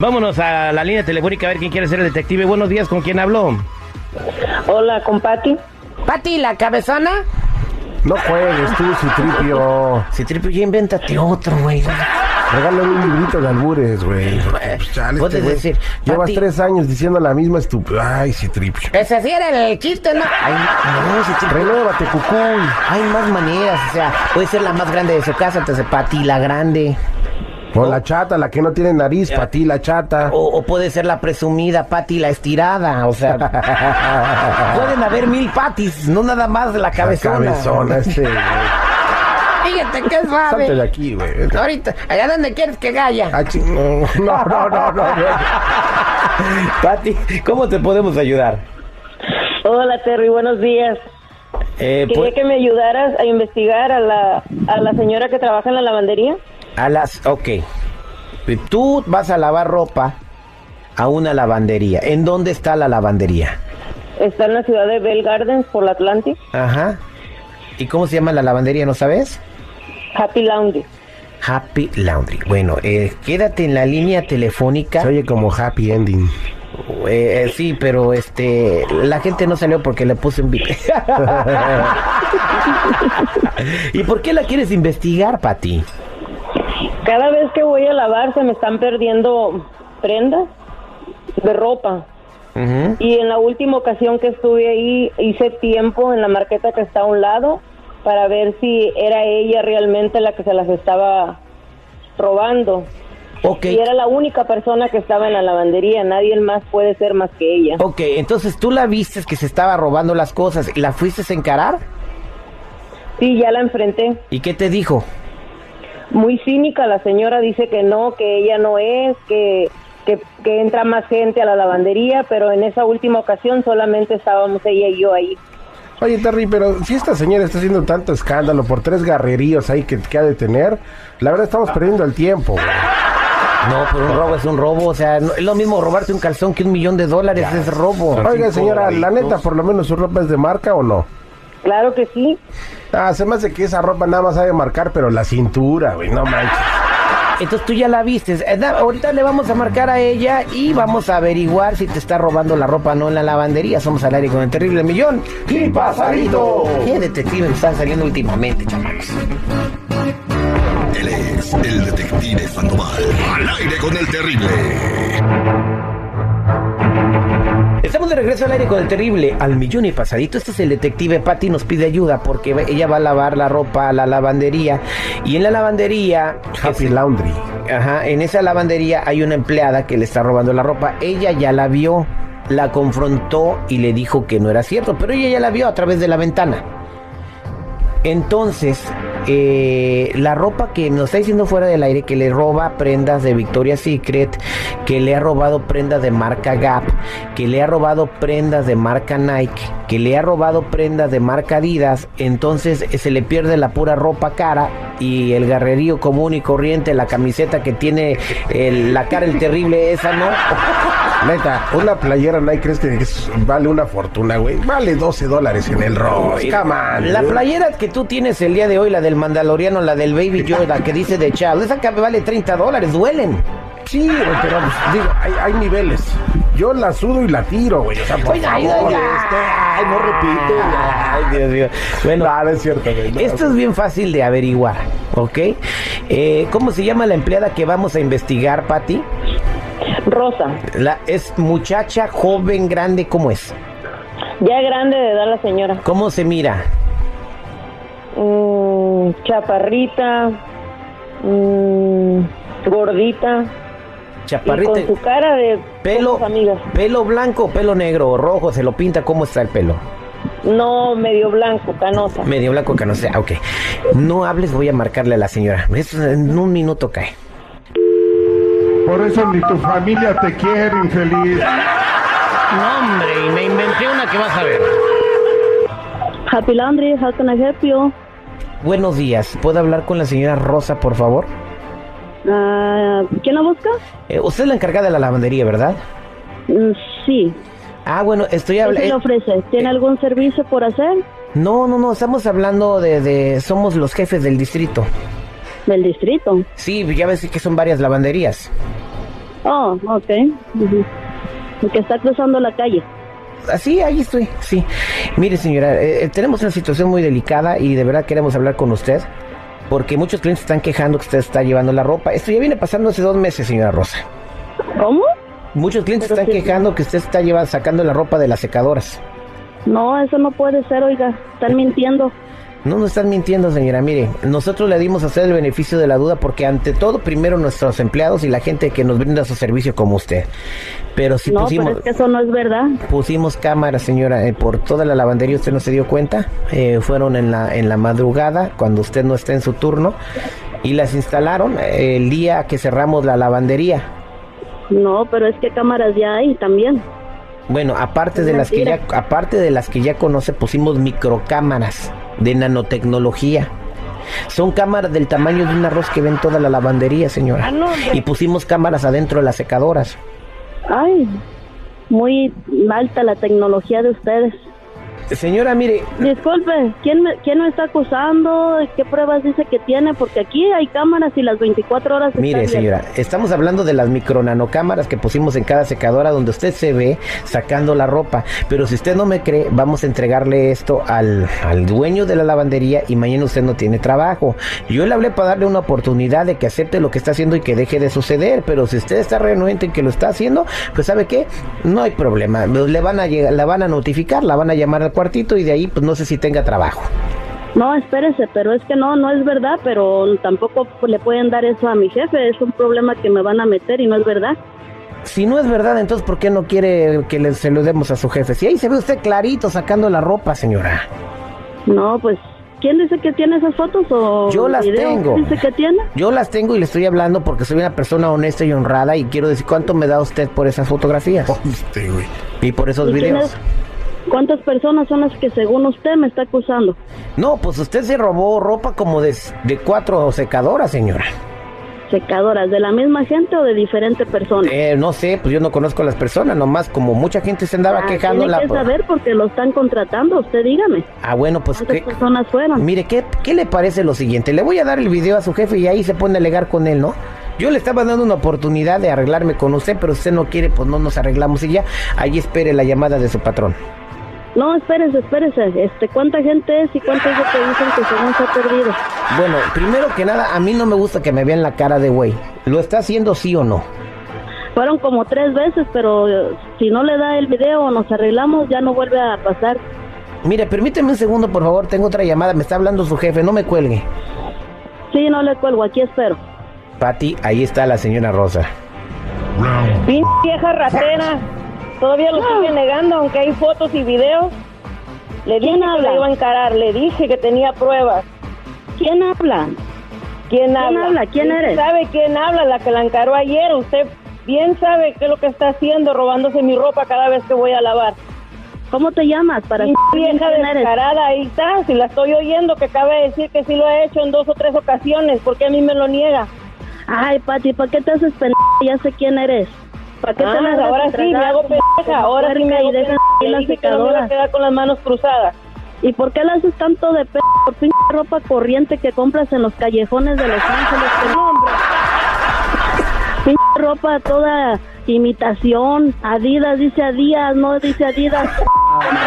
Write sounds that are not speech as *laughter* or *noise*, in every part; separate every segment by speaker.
Speaker 1: Vámonos a la línea telefónica a ver quién quiere ser el detective. Buenos días, ¿con quién habló?
Speaker 2: Hola, con Pati.
Speaker 3: Pati, la cabezona.
Speaker 4: No juegues tú, Citripio.
Speaker 1: Citripio, ya invéntate otro, güey.
Speaker 4: Regálame un librito de albures, güey. Pues, chale,
Speaker 1: Puedes
Speaker 4: güey.
Speaker 1: decir,
Speaker 4: Llevas
Speaker 1: Pati.
Speaker 4: tres años diciendo la misma estupidez. Ay, Citripio.
Speaker 3: Ese sí era el chiste, ¿no?
Speaker 1: Ay, no, Citripio.
Speaker 4: Renuévate, cucuy.
Speaker 1: Hay más maneras, o sea, puede ser la más grande de su casa, entonces Pati la grande.
Speaker 4: O la chata, la que no tiene nariz, para ti la chata.
Speaker 1: O, o puede ser la presumida Pati la estirada, o
Speaker 4: *laughs*
Speaker 3: *laughs*
Speaker 1: sea. pueden haber mil Patis, no nada más de la
Speaker 4: La
Speaker 1: cabezona.
Speaker 4: cabezona, este. güey.
Speaker 3: Fíjate qué
Speaker 4: Salte de
Speaker 3: suave.
Speaker 4: aquí, güey.
Speaker 3: Ahorita, allá donde quieres que gaya.
Speaker 4: Ah, ching- No, no, no, no, no.
Speaker 1: Pati, ¿cómo te podemos ayudar?
Speaker 2: Hola, Terry, buenos días.
Speaker 1: Eh,
Speaker 2: Quería
Speaker 1: pues,
Speaker 2: que me ayudaras a investigar a la, a la señora que trabaja en la lavandería.
Speaker 1: a las. Ok. Tú vas a lavar ropa a una lavandería. ¿En dónde está la lavandería?
Speaker 2: Está en la ciudad de Bell Gardens por la Atlantic,
Speaker 1: Ajá. ¿Y cómo se llama la lavandería? ¿No sabes?
Speaker 2: Happy Laundry.
Speaker 1: Happy Laundry. Bueno, eh, quédate en la línea telefónica.
Speaker 4: Se oye como happy ending.
Speaker 1: Eh, eh, sí, pero este, la gente no salió porque le puse un bip.
Speaker 4: *laughs*
Speaker 1: ¿Y por qué la quieres investigar, Pati?
Speaker 2: Cada vez que voy a lavar se me están perdiendo prendas de ropa.
Speaker 1: Ujú.
Speaker 2: Y en la última ocasión que estuve ahí hice tiempo en la marqueta que está a un lado para ver si era ella realmente la que se las estaba robando.
Speaker 1: Ok,
Speaker 2: Y era la única persona que estaba en la lavandería, nadie más puede ser más que ella.
Speaker 1: ok, entonces tú la viste que se estaba robando las cosas y la fuiste a encarar.
Speaker 2: Sí, ya la enfrenté.
Speaker 1: ¿Y qué te dijo?
Speaker 2: Muy cínica la señora, dice que no, que ella no es, que, que, que entra más gente a la lavandería, pero en esa última ocasión solamente estábamos ella y yo ahí.
Speaker 4: Oye, Terry, pero si esta señora está haciendo tanto escándalo por tres garreríos ahí que, que ha de tener, la verdad estamos perdiendo el tiempo. güey.
Speaker 1: No, pero un robo es un robo, o sea, no- es lo mismo robarte un calzón que un millón de dólares, es robo.
Speaker 4: Oiga, señora, la neta, por lo menos su ropa es de marca o no.
Speaker 2: Claro que sí,
Speaker 4: Ah, se me hace que esa ropa nada más sabe marcar, pero la cintura, güey, no manches.
Speaker 1: Entonces tú ya la viste. Eh, da- Ahorita le vamos a marcar a ella y vamos a averiguar si te está robando la ropa o no en la lavandería. Somos al aire con el terrible millón. ¡Qué
Speaker 4: pasadito!
Speaker 1: ¡Qué detectives están saliendo últimamente, chamacos!
Speaker 5: Él es el detective Sandoval. Al aire con el terrible.
Speaker 1: Estamos de regreso al aire con el terrible al millón y pasadito. Este es el detective Patty nos pide ayuda porque va- ella va a lavar la ropa a la lavandería y en la lavandería
Speaker 4: Happy
Speaker 1: es-
Speaker 4: Laundry.
Speaker 1: Ajá, en esa lavandería hay una empleada que le está robando la ropa. Ella ya la vio, la confrontó y le dijo que no era cierto, pero ella ya la vio a través de la ventana. Entonces, eh, la ropa que nos está diciendo fuera del aire, que le roba prendas de Victoria's Secret, que le ha robado prendas de marca Gap, que le ha robado prendas de marca Nike, que le ha robado prendas de marca Adidas, entonces eh, se le pierde la pura ropa cara y el garrerío común y corriente, la camiseta que tiene el- la cara el terrible, esa no.
Speaker 4: Neta, una playera Nike crees que es- vale una fortuna, güey. Vale 12 dólares en el Ross. Come on,
Speaker 1: Pues, La
Speaker 4: güey.
Speaker 1: playera que tú tienes el día de hoy, la del Mandaloriano, la del
Speaker 4: *laughs*
Speaker 1: Baby Yoda, que dice de Child, esa que vale 30 dólares, duelen.
Speaker 4: Sí, güey, pero pues, digo, hay, hay niveles. Yo la sudo y la tiro, güey. O sea, por
Speaker 1: Oiga,
Speaker 4: favor,
Speaker 1: oiga.
Speaker 4: este, ay, no repite.
Speaker 1: *laughs* Ay, Dios mío.
Speaker 4: Bueno,
Speaker 1: Bueno,
Speaker 4: no es cierto, güey. no.
Speaker 1: esto es bien fácil de averiguar, ¿ok? Eh, ¿Cómo se llama la empleada que vamos a investigar, Patti?
Speaker 2: Rosa,
Speaker 1: La, es muchacha, joven, grande, ¿cómo es?
Speaker 2: ya grande de edad la señora.
Speaker 1: ¿Cómo se mira?
Speaker 2: Mm, chaparrita, mm, gordita, y
Speaker 1: Chaparrita.
Speaker 2: con su cara de
Speaker 1: Pelo,
Speaker 2: pocas amigas.
Speaker 1: pelo blanco, pelo negro, o rojo, se lo pinta, ¿cómo está el pelo?
Speaker 2: No, medio blanco, canosa.
Speaker 1: Medio blanco que no sea, ok. No hables, voy a marcarle a la señora. Eso en un minuto cae.
Speaker 6: Por eso ni tu familia te quiere, infeliz.
Speaker 1: No, hombre, y me inventé una que vas a ver.
Speaker 2: Happy Laundry, how can I help you?
Speaker 1: Buenos días, ¿puedo hablar con la señora Rosa, por favor?
Speaker 2: Ah, ¿Quién la busca?
Speaker 1: Eh, usted es la encargada de la lavandería, ¿verdad?
Speaker 2: Mm, sí.
Speaker 1: Ah, bueno, estoy
Speaker 2: ¿Qué se le
Speaker 1: hablando...
Speaker 2: ofrece? ¿Tiene algún servicio por hacer?
Speaker 1: No, no, no, estamos hablando de, de- Somos los jefes del distrito.
Speaker 2: Del distrito.
Speaker 1: Sí, ya ves que son varias lavanderías.
Speaker 2: Oh, ok. Ujú. El que está cruzando la calle.
Speaker 1: Así, ahí estoy, Ah, sí. Mire, señora, eh, eh, tenemos una situación muy delicada y de verdad queremos hablar con usted porque muchos clientes están quejando que usted está llevando la ropa. Esto ya viene pasando hace dos meses, señora Rosa.
Speaker 2: ¿Cómo?
Speaker 1: Muchos clientes
Speaker 2: Pero
Speaker 1: están
Speaker 2: sí.
Speaker 1: quejando que usted está llevando, sacando la ropa de las secadoras.
Speaker 2: No, eso no puede ser, oiga. Están mintiendo.
Speaker 1: No nos están mintiendo, señora. Mire, nosotros le dimos a usted el beneficio de la duda porque ante todo, primero nuestros empleados y la gente que nos brinda su servicio como usted. Pero si
Speaker 2: no,
Speaker 1: pusimos...
Speaker 2: pero es que eso no es verdad.
Speaker 1: Pusimos cámaras, señora, eh, por toda la lavandería. ¿Usted no se dio cuenta? Eh, fueron en la, en la madrugada, cuando usted no está en su turno, y las instalaron eh, el día que cerramos la lavandería.
Speaker 2: No, pero es que cámaras ya hay también.
Speaker 1: Bueno, aparte de las que ya, aparte de las que ya conoce, pusimos microcámaras de nanotecnología. Son cámaras del tamaño de un arroz que ven toda la lavandería, señora.
Speaker 2: Ah, no, hombre.
Speaker 1: y pusimos cámaras adentro de las secadoras.
Speaker 2: Ay, muy alta la tecnología de ustedes.
Speaker 1: Señora, mire,
Speaker 2: Disculpe, ¿quién me, ¿quién me está acusando? ¿Qué pruebas dice que tiene? Porque aquí hay cámaras y las 24 horas. están
Speaker 1: Mire,
Speaker 2: bien.
Speaker 1: señora, estamos hablando de las micronanocámaras que pusimos en cada secadora donde usted se ve sacando la ropa. Pero si usted no me cree, vamos a entregarle esto al, al dueño de la lavandería y mañana usted no tiene trabajo. Yo le hablé para darle una oportunidad de que acepte lo que está haciendo y que deje de suceder. Pero si usted está renuente en que lo está haciendo, pues ¿sabe qué? No hay problema. pues, Le van a llegar- la van a notificar, la van a llamar al cuartito y de ahí pues no sé si tenga trabajo.
Speaker 2: No, espérese, pero es que no, no es verdad, pero tampoco le pueden dar eso a mi jefe. Es un problema que me van a meter y no es verdad.
Speaker 1: Si no es verdad, entonces ¿por qué no quiere que le, se lo demos a su jefe? Si ahí se ve usted clarito sacando la ropa, señora.
Speaker 2: No, pues, ¿quién dice que tiene esas fotos o
Speaker 1: Yo las
Speaker 2: video?
Speaker 1: tengo.
Speaker 2: ¿Quién dice que tiene?
Speaker 1: Yo las tengo y le estoy hablando porque soy una persona honesta y honrada y quiero decir cuánto me da usted por esas fotografías
Speaker 4: Este, güey.
Speaker 1: Oh, y por esos
Speaker 2: ¿Y quién
Speaker 1: videos.
Speaker 2: es? ¿Cuántas personas son las que según usted me está acusando?
Speaker 1: No, pues usted se robó ropa como de, de cuatro secadoras, señora.
Speaker 2: ¿Secadoras de la misma gente o de diferente persona?
Speaker 1: Eh, no sé, pues yo no conozco a las personas, nomás como mucha gente se andaba
Speaker 2: Ah,
Speaker 1: quejando.
Speaker 2: tiene
Speaker 1: La...
Speaker 2: que saber porque lo están contratando, usted dígame.
Speaker 1: Ah, bueno, pues
Speaker 2: ¿Cuántas
Speaker 1: ¿qué-
Speaker 2: personas fueron?
Speaker 1: Mire, ¿qué, ¿qué le parece lo siguiente? Le voy a dar el video a su jefe y ahí se pone a alegar con él, ¿no? Yo le estaba dando una oportunidad de arreglarme con usted, pero usted no quiere, pues no nos arreglamos y ya. Ahí espere la llamada de su patrón.
Speaker 2: No, espérese, espérese. Este, ¿Cuánta gente es y cuánta es lo que dicen que según se ha perdido?
Speaker 1: Bueno, primero que nada, a mí no me gusta que me vean la cara de güey. ¿Lo está haciendo sí o no?
Speaker 2: Fueron como tres veces, pero eh, si no le da el video o nos arreglamos, ya no vuelve a pasar.
Speaker 1: Mire, permíteme un segundo, por favor, tengo otra llamada, me está hablando su jefe, no me cuelgue.
Speaker 2: Sí, no le cuelgo, aquí espero.
Speaker 1: Pati, ahí está la señora Rosa.
Speaker 5: Round.
Speaker 7: Pinche vieja ratera. Todavía lo sigue
Speaker 2: Ah.
Speaker 7: negando, aunque hay fotos y videos. Le dije
Speaker 2: ¿Quién
Speaker 7: que
Speaker 2: habla?
Speaker 7: le iba a encarar, le dije que tenía pruebas.
Speaker 2: ¿Quién habla?
Speaker 7: ¿Quién, habla?
Speaker 2: habla? ¿Quién
Speaker 7: Usted
Speaker 2: eres?
Speaker 7: sabe quién habla? La que la encaró ayer. Usted bien sabe qué es lo que está haciendo, robándose mi ropa cada vez que voy a lavar.
Speaker 2: ¿Cómo te llamas? Para
Speaker 7: Pinche
Speaker 2: saber
Speaker 7: vieja
Speaker 2: quién eres.
Speaker 7: descarada, ahí está. Si la estoy oyendo, que acaba de decir que sí lo ha hecho en dos o tres ocasiones, ¿por qué a mí me lo niega?
Speaker 2: Ay, Pati, ¿para qué te haces pendeja? Ya sé quién eres. ¿Para qué
Speaker 7: Ah,
Speaker 2: te la haces
Speaker 7: ahora sí me
Speaker 2: tragar
Speaker 7: hago
Speaker 2: como- como
Speaker 7: pendeja, ahora sí me
Speaker 2: puerca
Speaker 7: hago
Speaker 2: y dejas
Speaker 7: pendeja.
Speaker 2: ahí
Speaker 7: Le
Speaker 2: la
Speaker 7: dije que no me iba a
Speaker 2: secadora.
Speaker 7: quedar con las manos cruzadas.
Speaker 2: ¿Y por qué le haces tanto de p por pinche ropa corriente que compras en los callejones de Los Ángeles? p- Pinche ropa toda imitación. Adidas dice Adidas, no dice Adidas. p- bueno.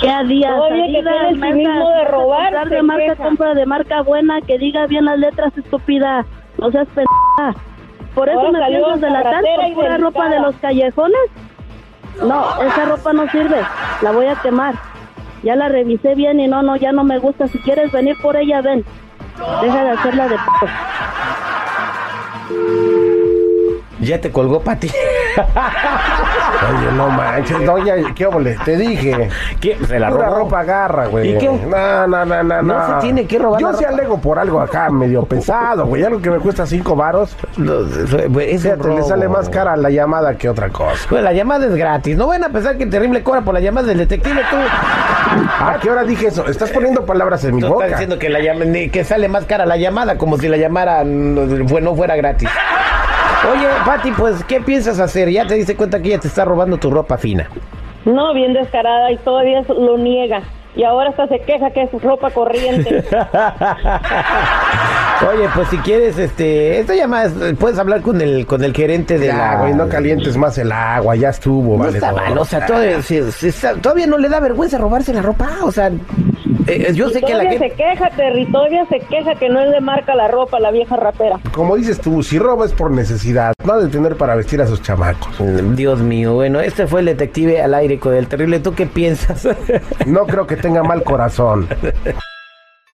Speaker 2: ¿Qué Adidas?
Speaker 7: Todavía que
Speaker 2: Adidas,
Speaker 7: tiene el cinismo de robar,
Speaker 2: comprar
Speaker 7: se
Speaker 2: de marca,
Speaker 7: queja.
Speaker 2: compra de marca buena, que diga bien las letras, estúpida. No seas pendeja. Por eso
Speaker 7: Ahora
Speaker 2: me
Speaker 7: salió
Speaker 2: piensas delatar
Speaker 7: ratera y
Speaker 2: por pura ropa de
Speaker 7: delicada.
Speaker 2: los callejones. No, esa ropa no sirve. La voy a quemar. Ya la revisé bien y no, no, ya no me gusta. Si quieres venir por ella, ven. Deja de hacerla de p.
Speaker 1: Ya te colgó, Pati. *laughs*
Speaker 4: Oye, no manches, no, ya, qué ole, te dije.
Speaker 1: ¿Qué? Se la
Speaker 4: Pura
Speaker 1: robó.
Speaker 4: ropa agarra, güey.
Speaker 1: ¿Y qué?
Speaker 4: No, no, no, no, no.
Speaker 1: No se tiene que robar
Speaker 4: Yo
Speaker 1: la
Speaker 4: sí
Speaker 1: ropa.
Speaker 4: alego por algo
Speaker 1: *laughs*
Speaker 4: acá, medio pesado, güey. Algo que me cuesta cinco varos.
Speaker 1: No, es un
Speaker 4: Fíjate, le
Speaker 1: robo.
Speaker 4: sale más cara la llamada que otra cosa.
Speaker 1: Pues la llamada es gratis. No van a pensar que terrible cobra por la llamada del detective tú.
Speaker 4: ¿A qué hora dije eso? Estás poniendo palabras en mi
Speaker 1: No
Speaker 4: boca.
Speaker 1: está diciendo que la llamen, ni que sale más cara la llamada, como si la llamara no, fue- no fuera gratis. Oye, Pati, pues, ¿qué piensas hacer? Ya
Speaker 4: *laughs*
Speaker 1: te diste cuenta que ella te está robando tu ropa fina.
Speaker 7: No, bien descarada y todavía lo niega. y ahora hasta se queja que es
Speaker 2: *laughs*
Speaker 7: ropa corriente.
Speaker 1: Oye, pues si quieres, este, esta llamada es- puedes hablar con el con el gerente de
Speaker 4: Ya,
Speaker 1: la.
Speaker 4: güey, no calientes más el agua, ya estuvo,
Speaker 1: No
Speaker 4: vale.
Speaker 1: está
Speaker 4: no.
Speaker 1: mal, o sea, todavía, se- se está- todavía no le da vergüenza robarse la ropa, o sea, eh, eh, yo sé que la
Speaker 7: todavía
Speaker 1: gente...
Speaker 7: se queja, Terry, todavía se queja que no le marca la ropa a la vieja ratera.
Speaker 4: Como dices tú, si roba es por necesidad, no ha de tener para vestir a sus chamacos.
Speaker 1: Dios mío, bueno, este fue el detective al aire con el terrible. ¿Tú qué piensas? *laughs*
Speaker 4: No creo que tenga mal corazón.